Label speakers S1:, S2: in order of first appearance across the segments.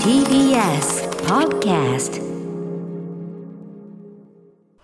S1: TBS Podcast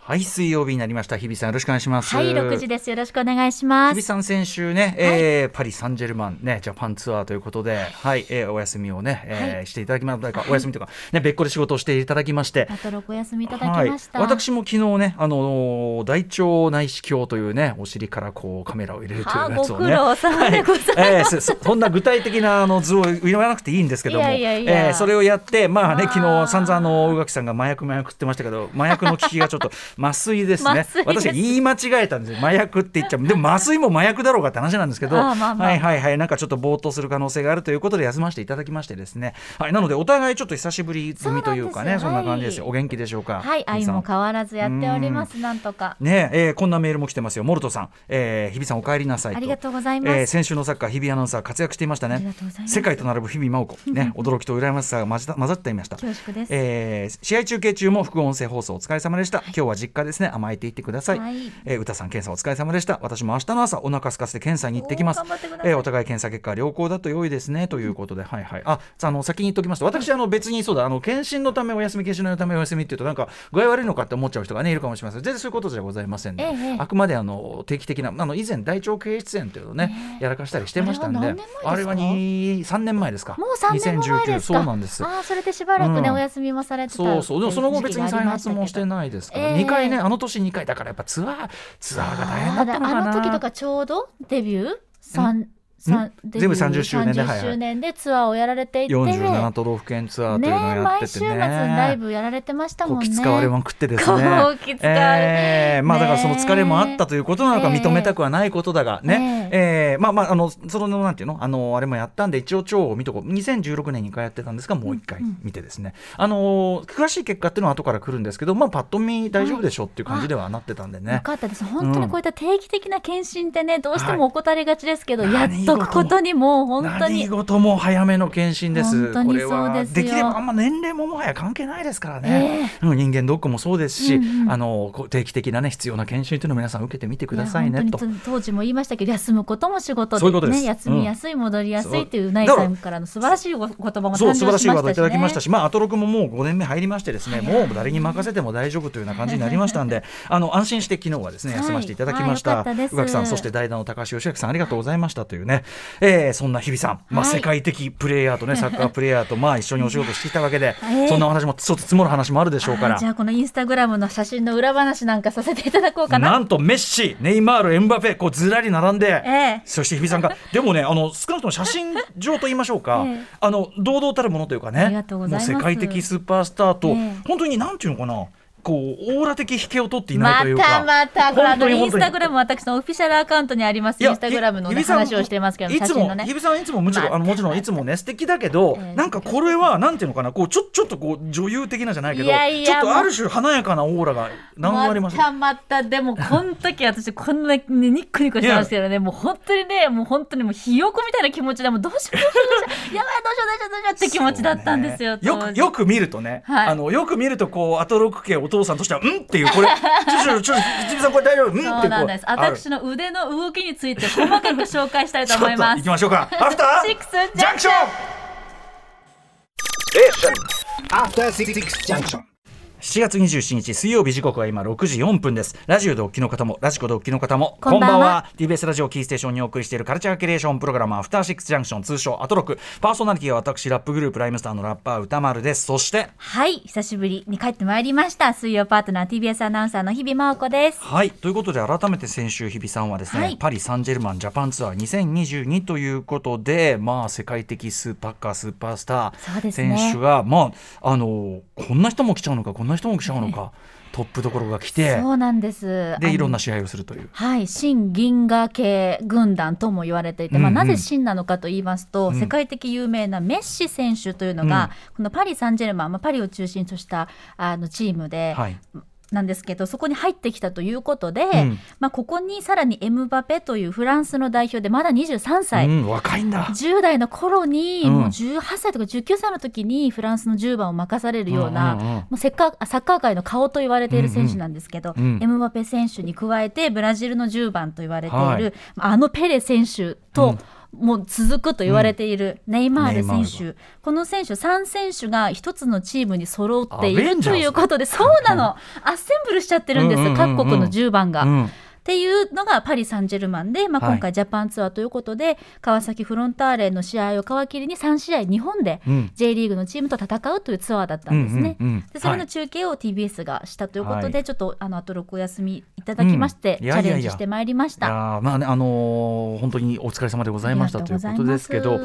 S2: はい、水曜日になりました。日比さん、よろしくお願いします。
S3: はい、六時です。よろしくお願いし
S2: 日
S3: ま
S2: 比
S3: す。
S2: さん、先週ね、えーパリ・サンジェルマン、ね、ジャパンツアーということで、はい、えーお休みをね、えーしていただきましたか、お休みというか、ね、別個で仕事をしていただきまして、
S3: また六お休みいただ
S2: は
S3: き
S2: い
S3: まし、た。
S2: 私も昨日ね、あのー大腸内視鏡というね、お尻からこうカメラを入れるとい
S3: あ、
S2: うや
S3: ご
S2: つを
S3: 苦
S2: ね、
S3: 労様でございます。
S2: えーそそそんな具体的なあの図を言わなくていいんですけども
S3: いやいやいや
S2: えーそれをやってまあね
S3: まあ
S2: 昨日散々あの宇垣さんが麻薬麻薬って言ってましたけど麻薬の効きがちょっと麻酔ですね
S3: 麻酔です
S2: 私言い間違えたんですよ麻薬って言っちゃうでも麻酔も麻薬だろうがって話なんですけど、
S3: あーまあまあ
S2: はいはいはいなんかちょっとぼーっとする可能性があるということで休ませていただきましてですね、はい、なのでお互いちょっと久しぶり組というかねそ
S3: そ
S2: ん
S3: うなんですよ
S2: な感じですよお元気でしょうか
S3: はい、愛
S2: 皆さん
S3: も変わらずやっております。なんとか。
S2: ねええーこんなメールも来てますよ、モルトさん、えー日比さん、お帰りなさいと、
S3: ありがとうございます
S2: えー先週のサッカー、日比アナウンサー、活躍していましたね、
S3: ありがとうございます
S2: 世界と並ぶ日比真 央子、ね、驚きと羨ましさが混じった混ざっていました、
S3: 恐縮です
S2: えー試合中継中も副音声放送、お疲れ様でした、今日は実家ですね、甘えていってください、
S3: はい
S2: えー歌さん、検査、お疲れ様でした、私も明日の朝、お腹すかせて検査に行ってきます
S3: おー頑張ってくだ、さい
S2: えーお互い検査結果、良好だと良いですねということで、はいはい、ああの先に言っときますと、私、あの別にそうだあの、検診のためお休み、検診のためお休みっていうと、なんか具合悪いのかって思っちゃう人が、ね、いるかもしれません、全然そういうことじゃございませんね。
S3: ええ
S2: あくまであの定期的なあの以前大腸経出炎というのをね、やらかしたりしてましたんで
S3: あれは何年前ですか
S2: あれはに3年前ですか
S3: もう三年も前ですか。
S2: 2019そうなんです
S3: あー、それでしばらくね、
S2: うん
S3: お休みもされてた。
S2: そうそうでもその後別に再発もしてないですから、
S3: ええ
S2: 2回ねあの年2回だからやっぱツアーツアーが大変だ
S3: あ
S2: ったのか
S3: あ
S2: な
S3: の時とかちょうどデビュー三三デビュー
S2: 全部30周年で
S3: 30
S2: はいはい
S3: 周年でツアーをやられていて。
S2: 47都道府県ツアーというのを
S3: ね
S2: やっ
S3: 毎
S2: て
S3: 週
S2: て
S3: 末
S2: ね
S3: ライブやられてました
S2: こ
S3: もん
S2: う
S3: ね。
S2: き使われまくってですね。
S3: こうき使われ
S2: えーまあだからその
S3: ねえ
S2: 疲れもあったということなのか
S3: ええ
S2: 認めたくはないことだがね。
S3: え
S2: えーまあまああのそのなんていうのあのあれもやったんで一応腸を見とこう。2016年に一回やってたんですがもう一回見てですね。あのー詳しい結果っていうのは後から来るんですけど、まあパッと見大丈夫でしょうっていう感じではなってたんで
S3: よ
S2: ね。
S3: かったです本当にこういった定期的な検診ってね、どうしても怠れがちですけど、
S2: はい
S3: やっとくことにもう本当
S2: 何
S3: に、
S2: 事も早めの検診で
S3: 本
S2: す。
S3: 当に
S2: これ
S3: そう
S2: は
S3: ですよ
S2: できればあんま年齢ももはや関係ないですからね。うん人間ドックもそうですし、
S3: うんうん
S2: あのこう定期的なね必要な検診というのを皆さん受けてみてください
S3: いや
S2: ねと
S3: 本当。に当時も言いましたけど休むことも仕事
S2: そういうことです
S3: ね、休
S2: うん
S3: みやすい、戻りやすいってい
S2: そう
S3: うナイさんからの素晴らしいお言葉も誕生し
S2: そ
S3: ま
S2: う素晴らしいワードい
S3: した
S2: ただきまし
S3: したね。
S2: し、まあ、アトロクももう5年目入りましてですね、もう誰に任せても大丈夫というような感じになりました んで、あの安心して昨日はですね、
S3: はい
S2: 休ませていただきまし
S3: あ
S2: た。
S3: よかったです
S2: 宇垣さん、そして代打の高橋義明さん、ありがとうございましたというね、えーそんな日比さん、まあ、
S3: はい
S2: 世界的プレイヤーとね、サッカープレイヤーと、まあ、一緒にお仕事していたわけで、
S3: えー
S2: そんなお話もちょっと積もる話もあるでしょうか
S3: あ
S2: ら
S3: じゃ。あこのインスタグラムの写真の裏話なんかさせていただこうかな。
S2: なんとメッシ、ネイマール、エムバペ、こうずらり並んで、
S3: ええ
S2: そして日比さん が、でもね、あの少なくとも写真上と言いましょうか、
S3: ええ
S2: あの堂々たるものというか
S3: あり
S2: ね
S3: が、とうござい
S2: も
S3: うます
S2: 世界的スーパースターと、
S3: ええ
S2: 本当になんていうのかな、こうオーラ的引けを取っていない
S3: ま
S2: というか、
S3: たまた、これあ
S2: 本当
S3: のイ
S2: に
S3: ン
S2: 本当
S3: ス
S2: に
S3: タグラム私のオフィシャルアカウントにありますインスタグラムの、
S2: いや
S3: ね、
S2: 日比さん
S3: 話をしてますけど、
S2: い
S3: 写
S2: つ
S3: 真の
S2: も、
S3: ね
S2: 日。比さんいつもむしろ、あのもちろんいつもね、素敵だけど、
S3: ええ
S2: なんかこれは、なんていうのかな、こう、ちょ、ちょっとこう、女優的なじゃないけど、
S3: いやいや
S2: ちょっとある種華やかなオーラが、何割ありました
S3: たまた、でも、この時、私、こんな、ね、ニッコニコしてましたけどね、もう本当にね、もう本当にもう、ひよこみたいな気持ちで、もうどうしよう、どうしよう、どうしよう、やばい、どうしよう、どうしよう、どうしようって気持ちだったんですよ。
S2: そうねよくよ
S3: く、
S2: く見るとね、
S3: はい
S2: あのよく見るとこうアトロック系お父さんとしてはうんっていうこれちょちょちょちょちょさんこれ大丈夫うんってこう
S3: そうなんです。
S2: ある
S3: 私の腕の動きについて、細かく紹介したいと思いま
S2: ちょっと行
S3: す
S2: き。ましょうかアフタ
S3: シックス
S2: ージャンクション
S4: After Six Junction.
S2: 7月27日水曜日時刻は今6時4分ですラジオでお聞きの方もラジコでお聞きの方も
S3: こんばんは
S2: TBS ラジオキーステーションにお送りしているカルチャーキュレーションプログラムアフターシックスジャンクション通称アトロックパーソナリティは私ラップグループライムスターのラッパー歌丸ですそして
S3: はい、久しぶりに帰ってまいりました。水曜パートナー TBS アナウンサーの日々真央子です。
S2: はいということで改めて先週日比さんはですね、
S3: はい
S2: パリ・サンジェルマンジャパンツアー2022ということでまあ世界的スーパーカースーパースタ
S3: そう
S2: ー
S3: です
S2: 選
S3: ね
S2: 手が、まああのこんな人も来ちゃうのかこんな人も来ちゃうのかトップどころが来て
S3: そうなんです。
S2: でいろん
S3: な
S2: な試合をするという。
S3: はい、新銀河系軍団とも言われていて、まあ、
S2: うんうん
S3: なぜ新なのかと言いますと、
S2: ん
S3: 世界的有名なメッシ選手というのが、このパリ・サンジェルマン、まあ、パリを中心としたあのチームで、
S2: はい、
S3: なんですけどそこに入ってきたということで、
S2: ん
S3: まあ、ここにさらにエムバペというフランスの代表でまだ23歳。
S2: うん、若いんだ。
S3: 10代の頃に、
S2: うん
S3: もう18歳とか19歳の時にフランスの10番を任されるような、
S2: うんうんうん
S3: もうセッカーあサッカー界の顔と言われている選手なんですけど、
S2: うんうん
S3: エムバペ選手に加えてブラジルの10番と言われている、
S2: はい
S3: まああのペレ選手と、もう続くと言われているネイマール選
S2: ネイマ
S3: 手、この選手、3選手が一つのチームに揃ってい
S2: アベン
S3: る
S2: ジャーズ
S3: ということで、そうなの、アッセンブルしちゃってるんで
S2: うんうん
S3: す、
S2: うんうん
S3: 各国の10番が。
S2: うん
S3: っていうのがパリ・サンジェルマンで、まあ、
S2: はい
S3: 今回、ジャパンツアーということで、川崎フロンターレの試合を皮切りに3試合、日本で
S2: うん
S3: J リーグのチームと戦うというツアーだったんですね。
S2: うんうんうん
S3: でそれ
S2: は
S3: の
S2: い
S3: 中継を TBS がしたということで、
S2: は
S3: ちょっとあのアトロクお休みいただきまして、
S2: うんいやいやいや
S3: チャレンジしてまいりまし
S2: いや
S3: た。
S2: ーまあねあのー本当にお疲れ様でございました
S3: あり
S2: と
S3: が
S2: い
S3: とうご
S2: う
S3: ざ
S2: こ
S3: います
S2: とですけど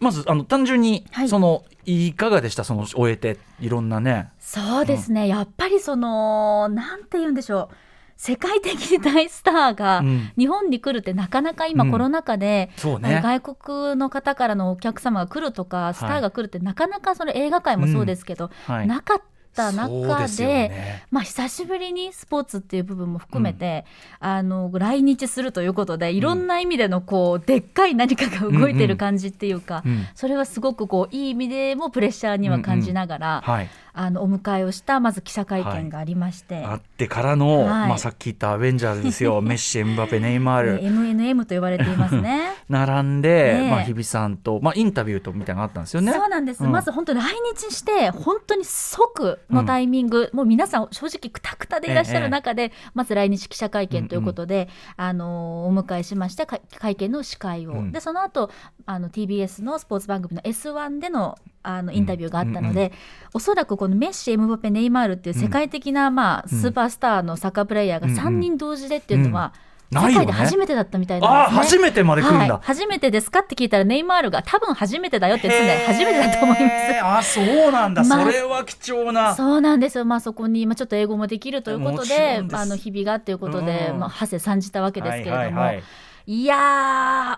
S2: まずあの単純に、
S3: はい
S2: そのいかがでしたその終えていろんなね
S3: そうですね、やっぱりその、なんて言うんでしょう、世界的に大スターが
S2: うん
S3: 日本に来るって、なかなか今、
S2: うん
S3: コロナ禍で、
S2: そうね
S3: あの外国の方からのお客様が来るとか、スターが来るって、なかなかその映画界もそうですけど、
S2: はい
S3: なかった
S2: そう
S3: 中
S2: です
S3: で。
S2: よね
S3: まあ、久しぶりにスポーツっていう部分も含めて、あの来日するということでいろんな意味でのこうでっかい何かが動いてる感じっていうか、
S2: うんうん
S3: それはすごくこういい意味でもプレッシャーには感じながら、
S2: はい
S3: あのお迎えをしたまず記者会見がありまして、
S2: あってからの、
S3: はい
S2: まあ、さっき言ったアベンジャーズで すよメッシエムバペネイマール、
S3: えー MNM と呼ばれています ね。
S2: 並んで、
S3: ねえ
S2: まあ、日比さんと、まあ、インタビューとみたいなのがあったんですよね。
S3: そうなんです、
S2: うん
S3: まず本当に来日して本当に即のタイミング、もう皆さん正直くたくたでいらっしゃる中で、まず来日記者会見ということで、あのーお迎えしましてか会見の司会を、
S2: うん
S3: でその後あの TBS のスポーツ番組の S1 でのあのインタビューがあったので、おそらくこのメッシエムバペネイマールっていう世界的な、まあ、スーパースターのサッカープレイヤーが
S2: うん
S3: 3人同時でっていうのは、
S2: うんない
S3: 世
S2: よ
S3: 界
S2: ね
S3: で初めてだったみたい
S2: あ
S3: な
S2: あ
S3: んです
S2: 初
S3: ね。
S2: めてまで来るんだ。
S3: はい、初めてですかって聞いたらネイマールが多分初めてだよって言ってたんで初めてだと思います。
S2: へーあそうなんだ、
S3: まあ
S2: それは貴重な。
S3: そうなんですよ、まあ、そこに、まあ、ちょっと英語もできるというこ
S2: も
S3: と
S2: ちろ
S3: で、
S2: んです
S3: あの日々がということで、
S2: うん
S3: まあ、ハセ参じたわけですけれども、
S2: はい
S3: い
S2: はいはい
S3: や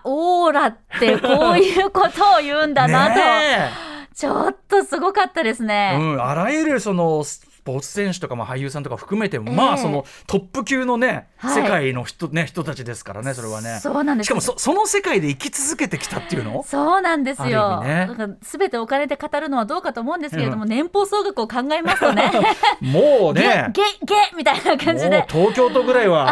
S3: ー、オーラってこういうことを言うんだなと、
S2: ね
S3: ちょっとすごかったです
S2: え
S3: ね。
S2: うん、あらゆるそのスポーツ選手とかまあ俳優さんとか含めて、
S3: え
S2: まあそのトップ級のね、
S3: はい
S2: 世界の人,、ね、人たちですからねそれはね。
S3: そうなんです
S2: しかもそその世界で生き続けてきたってい うの
S3: そうなんですよ。
S2: ある意味ね
S3: だから全てお金で語るのはどうかと思うんですけれども、
S2: う
S3: 年俸総額を考えますと ね、
S2: もう
S3: ゲ
S2: ね
S3: ゲゲみたいな感じ
S2: も
S3: で
S2: う。東京都ぐら いは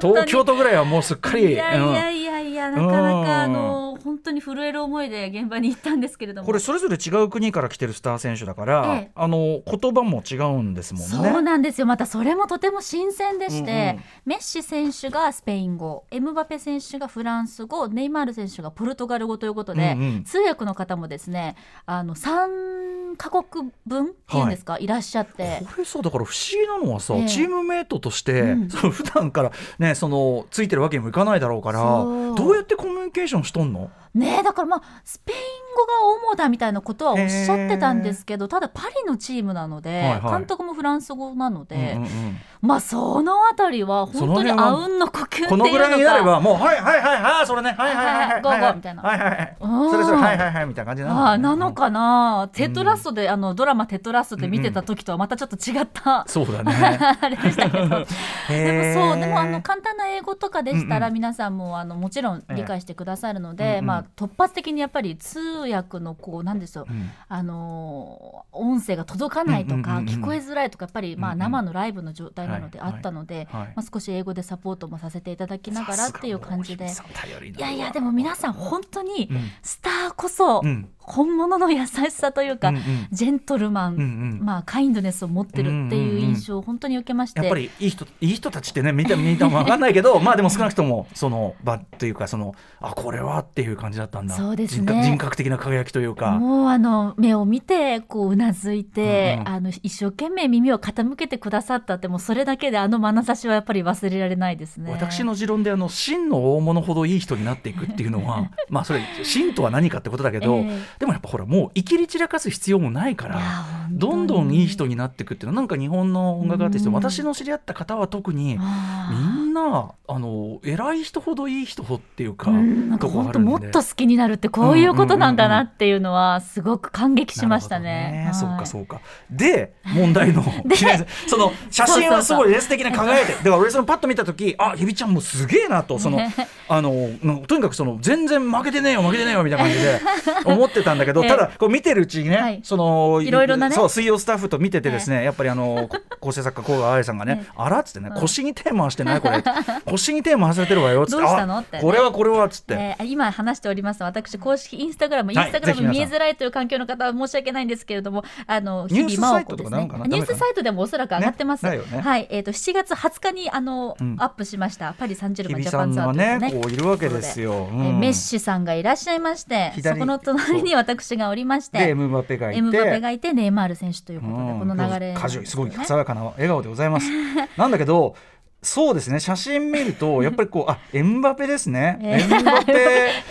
S3: 当に
S2: 東京都ぐらいはもうすっかり。
S3: いやいやいやいや、なかなかあ
S2: うん
S3: の本当に震える思いで現場に行ったんですけれど
S2: う
S3: も。
S2: んこれそれぞれ違う国から来てるスター選手だから、
S3: ええ
S2: あの言葉も違うんですもんね。
S3: そうなんですよまたそれもとても新鮮でして、
S2: うんうん
S3: メッシ選手がスペイン語エムバペ選手がフランス語ネイマール選手がポルトガル語ということで、
S2: うんうん
S3: 通訳の方もですねあの3カ国分っていうんですか、い、らっしゃって
S2: これさだから不思議なのはさ、
S3: ええ
S2: チームメイトとして、
S3: うん
S2: その普段からねそのついてるわけにもいかないだろうから
S3: そう
S2: どうやってコミュニケーションしとんの
S3: ねえだからまあスペイン語が主だみたいなことはおっしゃってたんですけど、ただパリのチームなので、
S2: はいはい
S3: 監督もフランス語なので、
S2: うんう んうん
S3: まあそのあたりは本当に
S2: その辺は
S3: あうんの呼吸っていう
S2: こ
S3: の
S2: のぐらいになれ
S3: が。
S2: ばもうはいはいはいはいそれねはいはいはいはい
S3: ゴーゴー
S2: は
S3: みたいな
S2: はいはいはい
S3: うん
S2: それそれはいはいはいみたいな感じなの
S3: ああ
S2: ね
S3: なのかな、テトラストであのドラマ「テトラスト」で見てた時とはまたちょっと違った、
S2: そうだね
S3: あ れでした けどでも
S2: へー
S3: そうでもあの簡単な英語とかでした
S2: う
S3: ら皆さんもあのもちろん理解してくださるの
S2: え
S3: で、
S2: え
S3: ま
S2: う
S3: あ、
S2: ん
S3: 突発的にやっぱり通訳のこうなんでしょう、
S2: ん
S3: あのー音声が届かないと
S2: うんうん
S3: か、
S2: うんうん
S3: 聞こえづらいとかやっぱりま
S2: うんう
S3: あ
S2: ん
S3: 生のライブの状態なので
S2: はい
S3: あったので、
S2: はい
S3: まあ、少し英語でサポートもさせていただきながらっていう感じで。
S2: さすがもう日比さん頼り
S3: い
S2: だわ
S3: やいやでも皆さん本当に
S2: うん
S3: スターこそ
S2: うん
S3: 本物の優しさというか、
S2: うんうん
S3: ジェントルマン、
S2: うんうん
S3: まあ、カインドネスを持ってるっていう印象を本当に受けまして、
S2: やっぱりいい人いい人たちってね見た見たも分かんない けどまあでも少なくともその場というかそのあこれはっていう感じだったんだ
S3: そうですね
S2: 人格人格的な輝きというか。
S3: もうあの目を見てこううなずいて、
S2: うんうん
S3: あの一生懸命耳を傾けてくださったってもうそれだけであの眼差しはやっぱり忘れられないですね。
S2: 私の持論であの真の大物ほどいい人になっていくっていうの はまあそれ真とは何かってことだけど、
S3: ええ
S2: でもやっぱほらもういきり散らかす必要もないか
S3: いや
S2: ら
S3: 本当に
S2: どんどんいい人になっていくっていうのはなんか日本の音楽アーティスト、
S3: うん
S2: 私の知り合った方は特にみ
S3: あ
S2: んなあの偉い人ほどいい人ほどっていうか、
S3: ーうんなんか
S2: とこあ
S3: 本
S2: る
S3: 当
S2: んで
S3: もっと好きになるってこういうことなんだなっていうのはすごく感激しましたね。
S2: なるほどそう
S3: はい
S2: かそうか。で問題 の記念 その写真はすごいレス的な輝いてだから俺そのパッと見た時あひびちゃんもうすげえなとそのあののとにかくその全然 負けてねえよ負けてねえよみたいな感じで思ってたんだけど
S3: ええ
S2: ただこう見てるうちに
S3: は
S2: ね
S3: い
S2: その
S3: いろいろなねね
S2: そう水曜スタッフと見ててですね、やっぱりあのこ構成作家甲賀愛さんがね、
S3: ね
S2: あらっつってね、腰に手回してない これ腰に手回されてるわよっつって
S3: どうしたの
S2: あ
S3: ってね
S2: これはこれはっつって、
S3: えー今話しております私公式インスタグラムイン
S2: はい
S3: スタグラム
S2: ぜひ皆さん
S3: 見えづらいという環境の方は申し訳ないんですけれどもあの
S2: ニュース
S3: 日々真央子
S2: サイトと
S3: で
S2: か
S3: す
S2: なん
S3: ね
S2: かな
S3: ニュースサイトでもおそらく上がってます、
S2: ねだよね
S3: はいえっ、と7月20日にあの、
S2: うん
S3: アップしましたパリ・サンジェル
S2: 日
S3: マン
S2: 比
S3: ジャ
S2: さ
S3: パン
S2: ん
S3: ツアーとい
S2: が
S3: う
S2: ね
S3: ね
S2: こういるわけですよ。
S3: えーメッ
S2: うん
S3: シさんがいらっしゃいましてそ
S2: 左
S3: この隣に私がおりまし
S2: でエ
S3: て
S2: ムバペがいて
S3: エムバペがいてネイマール選手ということで、
S2: うん
S3: この流れ、
S2: 果汁すごい
S3: ね
S2: 爽やかな笑顔でございます。なんだけどそうですね写真見るとやっぱりこうあエムバペですね、
S3: え
S2: エムバ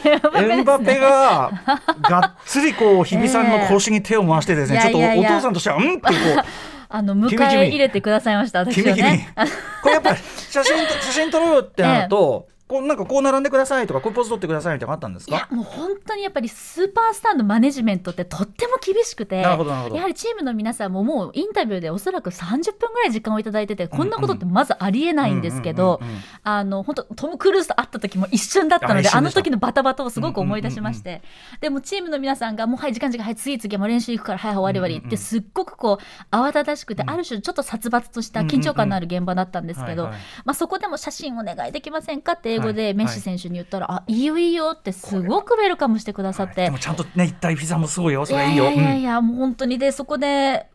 S2: ペエムバペががっつりこう日比さんの腰に手を回してですね、
S3: ええ
S2: ちょっとお
S3: いやいやいや
S2: お父さんとしてはうんってこ
S3: あの迎え入れてくださいました
S2: う
S3: 私
S2: 君
S3: を
S2: 君、
S3: ね
S2: これやっぱり写真と写真撮ろうよってなると、こうなんかこう並んでくださいとかこういうポーズ撮ってくださいみたいなのあったんです
S3: いや
S2: か
S3: もう本当にやっぱりスーパースターのマネジメントってとっても厳しくて
S2: なるほどなるほど
S3: やはりチームの皆さんももうインタビューでおそらく30分ぐらい時間をいただいててこんなことってまずありえないんですけど
S2: うんうんうんうん
S3: あの本当トム・クルーズと会った時も一瞬だったの
S2: あ
S3: で
S2: 一
S3: あ
S2: 瞬で
S3: の
S2: した
S3: 時のバタバタをすごく思い出しまして、でもチームの皆さんがもうはい時間時間はい次々もう練習行くからはい終わり終わりってすっごくこう慌ただしくて、ある種ちょっと殺伐とした緊張感のある現場だったんですけど、
S2: うんうんうんはいはい
S3: まあ、そこでも写真お願いできませんかって英語
S2: は
S3: で
S2: い
S3: メッシ選手に言ったら、あいいよいいよってすごくウェルカムしてくださっ
S2: はい
S3: て、
S2: でもちゃんとね一体ピザもすごいよ
S3: い
S2: そ
S3: や
S2: れいい
S3: い
S2: よ。
S3: やいや
S2: うん
S3: いや、もう本当にでそこで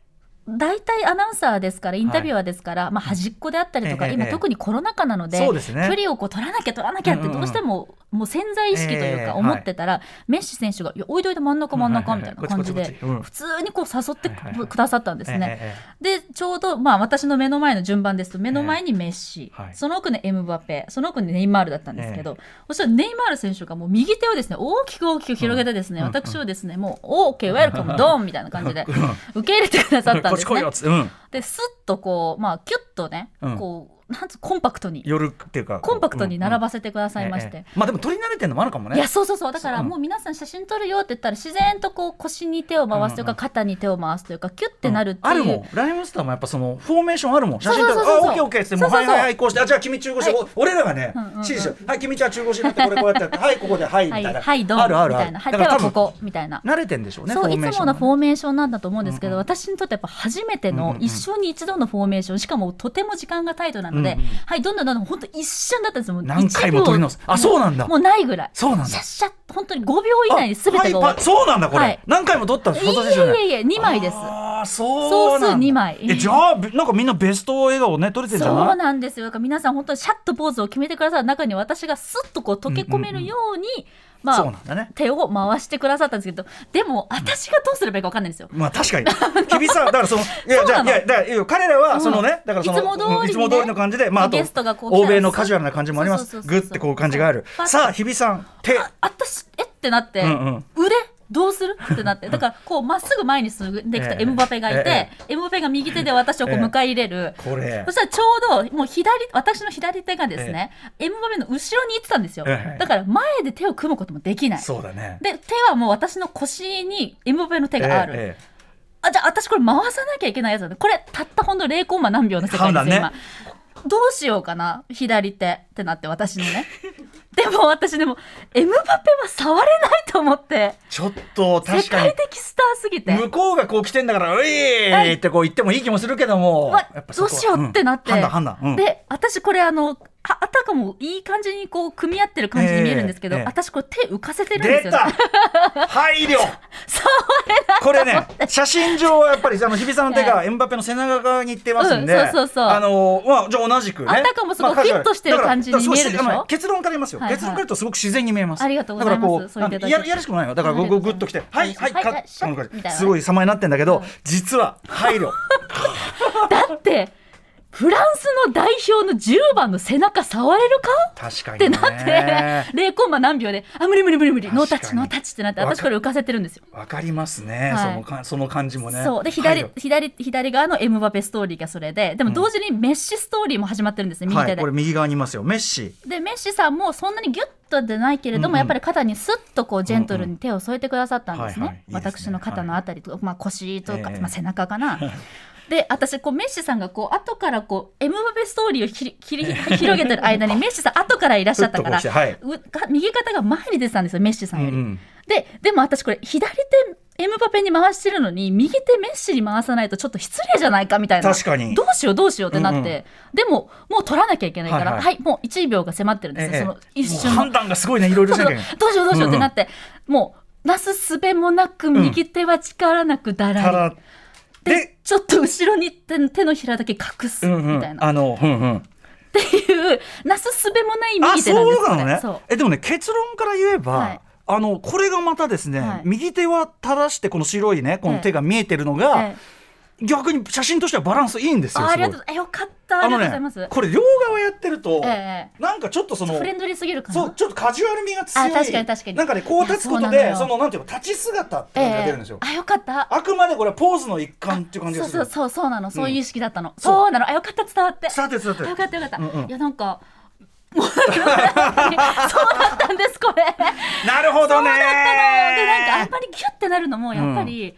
S3: 大体アナウンサーですからインタビュアーですから、まあ、端っこであったりとか、
S2: ええ
S3: 今
S2: ええ
S3: 特にコロナ禍なので
S2: そうですね
S3: 距離をこう取らなきゃ取らなきゃって
S2: うんうんうん
S3: どうしても、もう潜在意識という
S2: ええ
S3: か思ってたら、メッシ選手が「いやおいでおいで真ん中真ん中」みたいな感じ
S2: はいはい
S3: で
S2: はいこっちこっちこっちうん
S3: 普通にこう誘って
S2: はいはいはい
S3: くださったんですね。
S2: ええええ
S3: でちょうど、まあ、私の目の前の順番ですと目の前にメッシ、
S2: はい
S3: その奥にエムバペその奥にネイマールだったんですけど、そしたらネイマール選手がもう右手をですね大きく大きく広げてですね、私をですねもう「OK ウェルカムドン」みたいな感じで受け入れてくださったん
S2: こ
S3: で
S2: っち
S3: す
S2: 来い
S3: ね
S2: よ。っつって、うん、
S3: でスッとこうまあキュッとね、
S2: うん
S3: こうなんつうコンパクトに
S2: 夜っていうか
S3: コンパクトに並ば
S2: せ
S3: せてくださいまして。
S2: まあでも取り慣れてるのもあるかもね
S3: いやそうそうそうだから
S2: そううん
S3: もう皆さん写真撮るよって言ったら自然とこう腰に手を回すという
S2: う
S3: か
S2: ん
S3: 肩に手を回すというかキュッてなるってい
S2: ある
S3: う、
S2: もんライムスターもやっぱそのフォーメーションあるもん写真撮る
S3: そうそうそうそう
S2: あオッケーオッケーっつってもう
S3: そうそうそう
S2: はいはいはいこうしてあじゃあ君中腰で、
S3: は
S2: お俺らがね
S3: うんうんうん
S2: 指示してはい君じゃあ中腰になってこれこうやってや ってはいここではいみ
S3: は
S2: た
S3: い、
S2: いな、
S3: はい、どうも
S2: あるある
S3: み
S2: あ
S3: たい
S2: る
S3: な、は
S2: だ
S3: い、
S2: か
S3: 手は
S2: ら
S3: こ
S2: 多分
S3: こみたいな。
S2: 慣れてんでしょうね
S3: そう
S2: フォ
S3: い
S2: ーメー
S3: つ
S2: ショ
S3: も
S2: ン
S3: の
S2: は
S3: フォーメーションなんだと思うんですけど、
S2: うんうん
S3: 私にとってやっぱ初めて
S2: うん
S3: の
S2: うん
S3: 一生に一度のフォーメーション、しかもとても時間がタイトなので、
S2: うんうん
S3: はいどんどんどんどん本当一瞬だったんですよもう
S2: 何回も
S3: 一秒
S2: 撮り直すあそうなんだ
S3: もうないぐらい
S2: そうなんだ
S3: シャッシャッ本当に5秒以内に全てが終
S2: あ
S3: わ
S2: はい
S3: る
S2: パ、そうなんだこれ、
S3: はい
S2: 何回も撮ったフォトセッション
S3: いえいえいえ2枚です
S2: ああそうなんだ
S3: 総数二枚
S2: えじゃあなんかみんなベスト笑顔ね撮れてんじゃ
S3: そう
S2: ない
S3: なんですよだから皆さん本当にシャッとポーズを決めてくださる中に私がスッとこう溶け込めるように、ま
S2: そう
S3: あ
S2: なんだね
S3: 手を回してくださったんですけどでも私がどうすればいいか分かんないんですよ
S2: まあ確かに日比さんだか らそのいや
S3: そう
S2: じゃ
S3: な
S2: あ
S3: の
S2: いやだからいや彼ら
S3: うん
S2: はそのねだからその
S3: いつも通りにね
S2: うんいつも通りの感じでまああと
S3: ゲストがこう来たら
S2: 欧米のカジュアルな感じもありま
S3: そう
S2: す
S3: そうそう
S2: グ
S3: そう
S2: ッてこう感じがある
S3: そう
S2: さあ日比さん手
S3: 私えってなって、
S2: うんうん
S3: 腕どうするってなっ てだからこうまっすぐ前に進んできた
S2: ええ
S3: エムバペがいて、
S2: え
S3: エムバペが右手で私をこう
S2: ええ
S3: 迎え入れる、
S2: これ
S3: そしたらちょうどもう左私の左手がですね、エムバペの後ろに行ってたんですよ、
S2: ええ
S3: だから前で手を組むこともできない
S2: そうだね
S3: で手はもう私の腰にエムバペの手がある、
S2: ええ
S3: あじゃあ私これ回さなきゃいけないやつなんだこれたったほんの0コンマ何秒の世界ですよ、
S2: 判断
S3: 今
S2: ね
S3: どうしようかな左手ってなって私のね でも私でもエムバペは触れないと思って
S2: ちょっと
S3: 世
S2: 確か
S3: 界
S2: に
S3: 的スターすぎて
S2: 向こうがこう来てんだから「ういー!」ってこう言ってもいい気もするけども
S3: わ
S2: やっぱそ
S3: ど
S2: こ
S3: うしようってなって、
S2: うん判断判断うん
S3: で私これあのああたかもいい感じにこう組み合ってる感じに見えるんですけど、
S2: ええええ
S3: 私これ手浮かせてるんです
S2: 出
S3: よ、ね
S2: た、配慮
S3: そ
S2: これね写真上はやっぱりあの日比さんの手がエムバペの背中側にいってますんで、
S3: うんそうそうそう
S2: あのまあじゃあ同じくね
S3: あたかもすごい
S2: まあ
S3: フィットしてる感じに見えるでしょ
S2: だからだからそうあの結論から言いますよ、
S3: はいはい
S2: 結論から言うとすごく自然に見えます
S3: ありがとうございます
S2: だから
S3: そう言っていた
S2: こう
S3: だ
S2: あ
S3: いて
S2: ややらしくもないよだからこ
S3: あ
S2: う
S3: りがとうご
S2: グ
S3: ざいます
S2: ッときてはいはい
S3: はい
S2: か
S3: はいシャッ
S2: この感じ
S3: みたいなね
S2: すごい様になってんだけど、実は配 慮
S3: うだってフランスの代表の10番の背中触れるか
S2: 確か
S3: っ
S2: に
S3: て
S2: ね
S3: なって、0コンマ何秒で、あ、無理無理無理無理、
S2: 確か
S3: ノ
S2: に
S3: ータッチ、ノータッチってなって、
S2: わか
S3: 私これ浮かせてるんですよ。
S2: わかりますね、
S3: はい
S2: そのかその感じもね
S3: そうで左
S2: 配慮
S3: 左左側のエムバペストーリーがそれででも同時にメッシストーリーも始まってるんですね、右
S2: は
S3: 手
S2: い
S3: で、
S2: これ右側にいますよメッシ
S3: でメッシさんもそんなにギュッとでないけれども、
S2: うんうん
S3: やっぱり肩にスッとこうジェントルに手を添えてくださったんですね、
S2: はいはいいいですね
S3: 私の肩のあたりとか、まあ、腰とか、
S2: ええ
S3: まあ、背中かな。で私こうメッシさんがこう後からこうエムバペストーリーをひり切 り広げてる間にメッシさん後からいらっしゃったから
S2: ふっとこう来てはいう
S3: か右肩が前に出てたんですよメッシさんより。
S2: うんうん
S3: ででも私これ左手エムバペに回してるのに右手メッシに回さないとちょっと失礼じゃないかみたいな
S2: 確かに
S3: どうしようどうしようってなって、
S2: うんうん
S3: でももう取らなきゃいけないから
S2: は
S3: はいい、
S2: は
S3: もう1秒が迫ってるんですよ、
S2: ええ
S3: その一
S2: もう
S3: 瞬の
S2: 判断がすごいねいろいろ
S3: そ
S2: せ
S3: うそ
S2: なきゃ
S3: う
S2: いけない
S3: どうしようどうしようってなって、もうなすすべもなく右手は力なく だ
S2: た
S3: らり、
S2: だで
S3: ちょっと後ろに手手のひらだけ隠す
S2: うんう
S3: みたい
S2: ん
S3: な、
S2: あのうんうん
S3: っていうなすすべもない
S2: あ
S3: 右手なんです
S2: そうなのね
S3: これそう
S2: えでもね結論から言えば、
S3: はい
S2: あのこれがまたですね、
S3: はい
S2: 右手は正してこの白いねこの手が見えてるのが、
S3: ええ
S2: 逆に写真としてはバランスいいんですよ
S3: ああ
S2: す
S3: り
S2: ご
S3: が
S2: い
S3: とうございますえよかったありがとうございます、
S2: これ両側やってると、
S3: ええ
S2: なんかちょっとその
S3: フレンドリーすぎるかな
S2: そうちょっとカジュアル味が強い
S3: あ確かに確かに
S2: なんかねこう立つこと
S3: いやそうな
S2: で
S3: のよ
S2: そのなんていうか立ち姿って
S3: え
S2: 感じが
S3: え
S2: 出るんですよ、
S3: あよかった
S2: あくまでこれはポーズの一環っていう感じ
S3: そ
S2: が
S3: う
S2: す
S3: そう
S2: る
S3: そうそうなのそういう意識だったの、
S2: そう
S3: そうなのあよかった伝わって
S2: さてさて
S3: あよかったよかった、
S2: うんうん
S3: いやなんか もうそうだったんですこれ
S2: なるほど
S3: で
S2: ね
S3: なんかあんまりギュってなるのもやっぱり、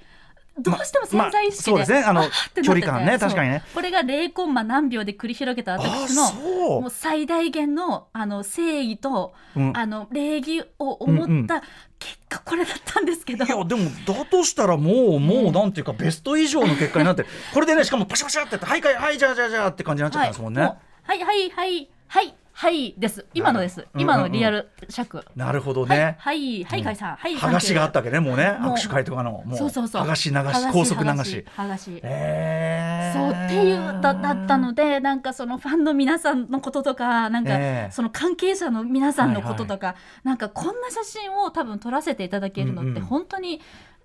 S3: どうしても潜在意識で、
S2: ままあそうですねあの
S3: わーってなってて
S2: 距離感ね
S3: そう
S2: 確かにね
S3: これが0コンマ何秒で繰り広げた私
S2: あそう
S3: のもう最大限のあの誠意と、
S2: うん
S3: あの礼儀を思った結果これだったんですけど、
S2: いやでもだとしたらもうもうなんていうかベスト以上の結果になってるこれでねしかもパシャパシャってやって「はいはいはいじゃあじゃあじゃあ」って感じになっちゃったんですもんね。
S3: もうはいはいはいはいはいです今のです
S2: なる
S3: 今のリアル尺、
S2: なるほど
S3: はい
S2: ね。
S3: はいはい解散、はい
S2: 剥がしがあったわけねもうね
S3: もう
S2: 握手会とかのも
S3: そうそうそう
S2: 剥がし流し高速流し。
S3: はがし
S2: えー
S3: そうっていうだだったのでなんかそのファンの皆さんのこととかなん
S2: ええ
S3: かその関係者の皆さんのこととか、なんかこんな写真を多分撮らせていただけるの
S2: う
S3: っ
S2: んう
S3: て
S2: ん
S3: 本当に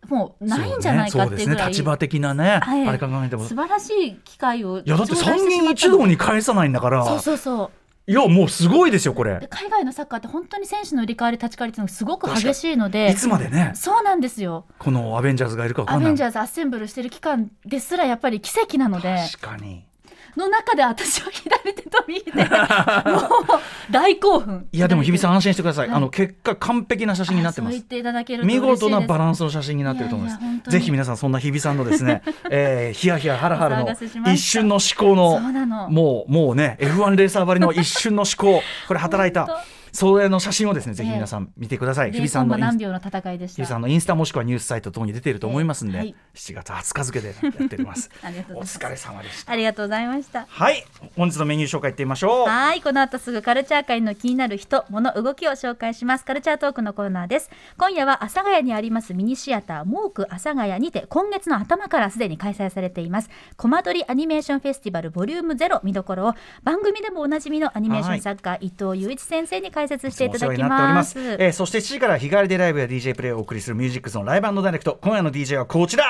S3: もうないんじゃないかっていうぐ
S2: そうですね
S3: らい、
S2: 立場的なねあ
S3: はい
S2: れ考えても。
S3: 素晴らしい機会を
S2: いやだって
S3: 頂戴
S2: 三
S3: してしま
S2: 人
S3: った
S2: 一堂に返さないんだから
S3: そうそうそう
S2: いやもうすごいですよこ
S3: で
S2: れ。
S3: 海外のサッカーって本当に選手の入れ替わり立ち替わりっていうのがすごく激しいので
S2: いつまでね
S3: そうなんですよ
S2: このアベンジャーズがいるかわか
S3: ア
S2: んな
S3: ベ
S2: い。
S3: ンジャーズアッセンブルしてる期間ですらやっぱり奇跡なので
S2: 確かに。
S3: の中で私は左手と 右手もう大興奮
S2: いやでも日比さん
S3: ん
S2: 安心してください。
S3: はい
S2: あの結果完璧な写真になってま
S3: そう言
S2: す
S3: っ。ていただけると
S2: 見
S3: 嬉しいです
S2: 事なバランスの写真になってると思います
S3: いやいや本当に
S2: ぜひ皆さんそんな日比さんので すね、えー、ヒヤヒヤハラハラ
S3: お騒がせしまし
S2: の
S3: た
S2: 一瞬の思考
S3: そうな
S2: の
S3: の
S2: もうもうね F1 レーサーばりの一瞬の思考これ働い
S3: 本
S2: たそれの写真をですねぜひ皆さん見てください、日比さん
S3: 0コ
S2: の
S3: ン
S2: イ
S3: マ
S2: ン
S3: 何
S2: ス
S3: 秒の戦いでし
S2: 日比さ
S3: た
S2: んのインスタもしくはニュースサイト等に出ていると思いますんで、
S3: ええはい
S2: 7月20日付でやっております
S3: ありがとうござい
S2: お
S3: ます
S2: 疲れ様でした
S3: ありがとうございました
S2: はい本日のメニュー紹介いってみましょう
S3: はいこの後すぐカルチャー界の気になる人物動きを紹介しますカルチャートークのコーナーです今夜は阿佐ヶ谷にありますミニシアターモーク阿佐ヶ谷にて今月の頭からすでに開催されていますコマ撮りアニメーションフェスティバルボリュームゼロ見どころを番組でもおなじみのアニメーション作家、伊藤雄一先生に解説していただきます
S2: お世話になっておりえーそして7時から日帰りでライブや DJ プレイをお送りするミュージックゾーンライブダイレクト今夜の DJ はこちら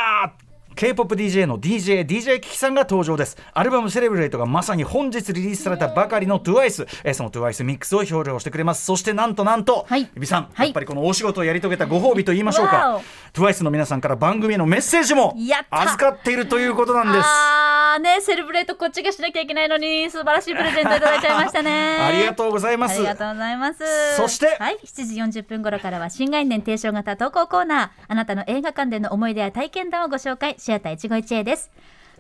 S2: K-POP DJ の DJ、DJ キキさんが登場です。アルバムセレブレイトがまさに本日リリースされたばかりの TWICE、えーその TWICE ミックスを表彰してくれます。そしてなんとなんと、
S3: はい
S2: 日比さん、
S3: はい
S2: やっぱりこの大仕事をやり遂げたご褒美と言いましょう
S3: わ
S2: か
S3: お、
S2: TWICE の皆さんから番組へのメッセージも
S3: やった
S2: 預かっているということなんです。
S3: あーねセレブレートこっちがしなきゃいけないのに素晴らしいプレゼントいただいちゃいましたね
S2: ありがとうございます。
S3: ありがとうございます。
S2: そして
S3: はい、7時40分頃からは新概念提唱型投稿コーナー。あなたの映画館での思い出や体験談をご紹介、シアター一期一会です。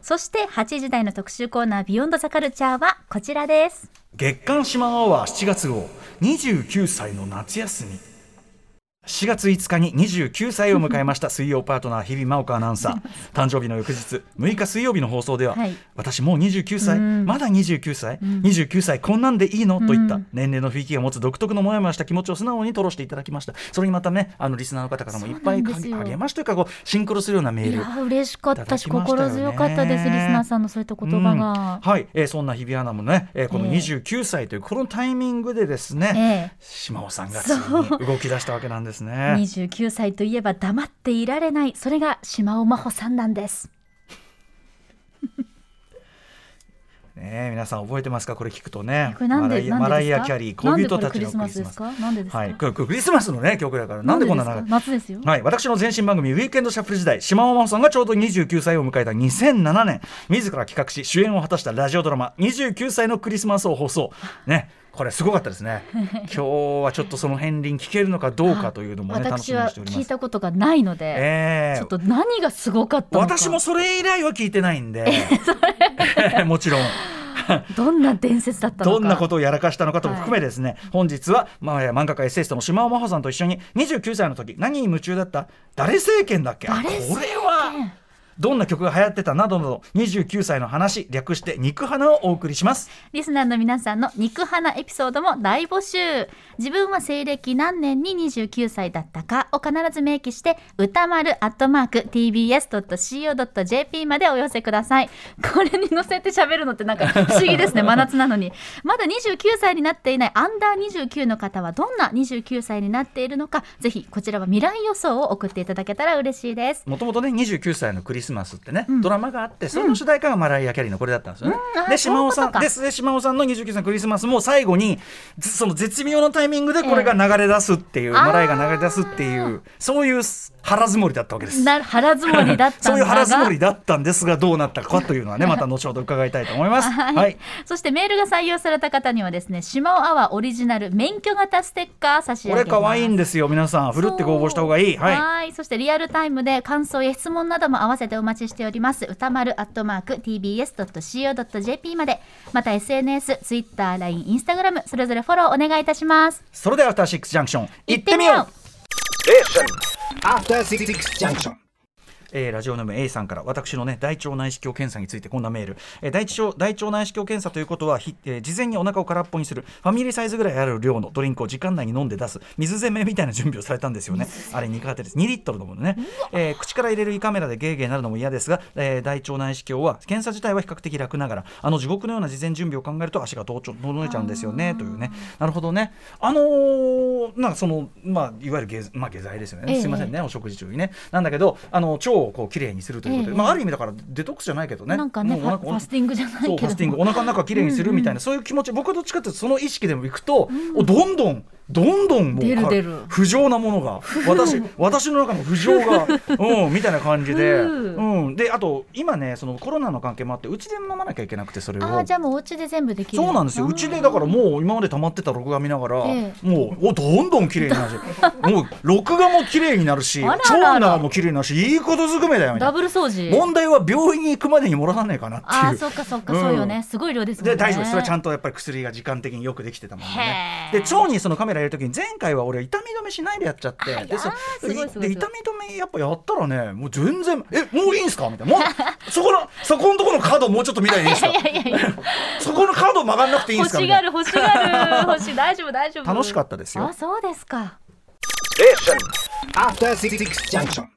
S3: そして8時台の特集コーナービヨンドザカルチャーはこちらです。
S2: 月刊シマワは7月号29歳の夏休み4月5日に29歳を迎えました水曜パートナー日比真央子アナウン サー誕生日の翌日6日水曜日の放送では、
S3: はい
S2: 私もう29歳まだ29歳、29歳こんなんでいいのといった年齢の雰囲気が持つ独特のモヤモヤした気持ちを素直に吐露していただきましたそれにまたねあのリスナーの方からもいっぱい
S3: そうなんですよ
S2: 励ましというかこうシンクロするようなメ
S3: い
S2: ール
S3: やー嬉しかった
S2: い
S3: した
S2: だきました
S3: 心
S2: よね
S3: 強かったですリスナーさんのそういった言葉が。
S2: うんはい、えーそんな日比アナもね、えーこの
S3: ええ
S2: 29歳というこのタイミングでです
S3: え
S2: ね、
S3: え
S2: 島尾さんがついに動き出したわけなんですね。
S3: 29歳といえば黙っていられないそれが島尾真帆さんなんです
S2: ねえ皆さん覚えてますかこれ聞くとね
S3: これなん
S2: マラ
S3: で
S2: イ
S3: な
S2: マ
S3: ん
S2: ラ
S3: で
S2: イ
S3: です
S2: ア・
S3: か
S2: キャリー
S3: なん
S2: 恋
S3: で
S2: 人
S3: これ
S2: た
S3: ク
S2: ち
S3: リ
S2: の
S3: ス
S2: ク
S3: マ
S2: リ
S3: ス
S2: ス
S3: で
S2: マ
S3: す
S2: ス。
S3: かなんでですか、
S2: はい、これこれクリスマスのね曲だからなんでこんな長い
S3: ですか夏ですよ
S2: はい、私の前身番組「ウィークエンドシャッフル」時代島尾真央さんがちょうど29歳を迎えた2007年自ら企画し主演を果たしたラジオドラマ「29歳のクリスマス」を放送ねこれすごかったで すね今日はちょっとその片鱗聞けるのかどうかというのもね楽
S3: 私
S2: しみに
S3: は
S2: しており
S3: 聞
S2: ま
S3: い
S2: す
S3: たことがないので、
S2: え
S3: ちょっと
S2: ー
S3: 何がすごかったのか
S2: 私もそれ以来は聞いてないんでもちろん
S3: どんな伝説だったのか
S2: どんなことをやらかしたのかとも含めですね、本日は、まあ、漫画家エッセイストの島尾真帆さんと一緒に29歳の時何に夢中だった誰政権だっけ
S3: 誰政
S2: これはどんな曲が流行ってたなどなど29歳の話略して肉花をお送りします
S3: リスナーの皆さんの肉花エピソードも大募集自分は西暦何年に29歳だったかを必ず明記して歌丸アットマーク tbs.co.jp までお寄せくださいこれに乗せて喋るのってなんか不思議 ですね真夏なのにまだ29歳になっていないアンダー29の方はどんな29歳になっているのかぜひこちらは未来予想を送っていただけたら嬉しいです
S2: もともとね29歳のクリスマスってね、ドラマがあってそれの主題歌がマライア・キャリーのこれだったんですよね、
S3: うんあー
S2: で島尾
S3: そういう
S2: さ
S3: んことか
S2: ですで島尾さんの29歳のクリスマスも最後にずその絶妙なタイミングでこれが流れ出すっていう、
S3: あー
S2: マライアが流れ出すっていうそういう腹積もりだったわけです
S3: な腹積もりだったんだが
S2: そういう腹積もりだったんですがどうなったかというのはねまた後ほど伺いたいと思います。
S3: はい、
S2: はい
S3: そしてメールが採用された方にはですね、島尾アワーオリジナル免許型ステッカー差し上
S2: こ
S3: げま
S2: れ
S3: す。
S2: 可愛いん
S3: で。
S2: ですよ皆さんふるってご応募した方がいい
S3: は
S2: はいい
S3: そしてリアルタイムで感想や質問なども合わせてお待ちしております歌丸アットマーク tbs.co.jp までまた SNS、Twitter、LINE、Instagram それぞれフォローお願いいたします
S2: それではアフターシックスジャンクション行
S3: 行っ
S2: っ
S3: て
S2: てみ
S3: みよ
S2: よ
S3: う
S2: う
S4: After Six Junction.
S2: えーラジオネーム A さんから私のね大腸内視鏡検査についてこんなメール、えー大腸大腸内視鏡検査ということは、ひえー事前にお腹を空っぽにするファミリーサイズぐらいある量のドリンクを時間内に飲んで出す水攻めみたいな準備をされたんですよねあれ苦手です2リットルのものね、えー口から入れる胃カメラでゲーゲーなるのも嫌ですが、えー大腸内視鏡は検査自体は比較的楽ながらあの地獄のような事前準備を考えると足がどうちょ整えちゃうんですよねというねなるほどねあのーなんかそのまあいわゆる下,、まあ、下剤ですよね、
S3: ええ
S2: すいませんねねお食事中にねなんだけどあの腸をこう綺麗にするということで、
S3: ええ
S2: まあ、ある意味だからデトックスじゃないけどね
S3: なんかね
S2: もう
S3: フ
S2: お
S3: ァ
S2: 腹
S3: ファスティングじゃないけ
S2: そ
S3: ど
S2: うファスティングお腹の中をきれいにするみたいな、そういう気持ち僕はどっちかっていうとその意識でもいくと、おどんどんどんどんもう
S3: 出る
S2: か
S3: 出る
S2: 不浄なものが私私の中の不浄が、うん、みたいな感じで、
S3: う
S2: うん、であと今ねそのコロナの関係もあってうちで飲まなきゃいけなくてそれ
S3: あ
S2: を
S3: あじゃあもうお家で全部できる
S2: そうなんですようちでだからもう今まで溜まってた録画見ながら、
S3: え
S2: もうおどんどん綺麗になる しもう録画も綺麗になるし
S3: あらあらあら
S2: 長男も綺麗になるしいいことずくめだよみた
S3: ダ
S2: いな
S3: ブル掃除
S2: 問題は病院に行くまでにもらわないかなっていう
S3: ああそっかそっか、
S2: うん
S3: そうよねすごい量ですもんね
S2: で大丈夫ですそれはちゃんとやっぱり薬が時間的によくできてたもんね
S3: へー
S2: で腸にそのカメラ入れる時に前回は俺痛み止めしないでやっちゃってでそ
S3: ーすごいすごい
S2: で痛み止めやっぱやったらねもう全然「えもういいんすか?」みた いなもうそこのそこのところの角もうちょっと見たらいいんですか
S3: いやいやいや
S2: そこの角曲がんなくていいん
S3: 欲
S2: ですか
S3: し
S2: み
S3: が
S2: たいな
S3: る欲しがる欲しい大丈夫大丈夫
S2: 楽しかったですよ
S3: あそうですか
S4: After Six Junction.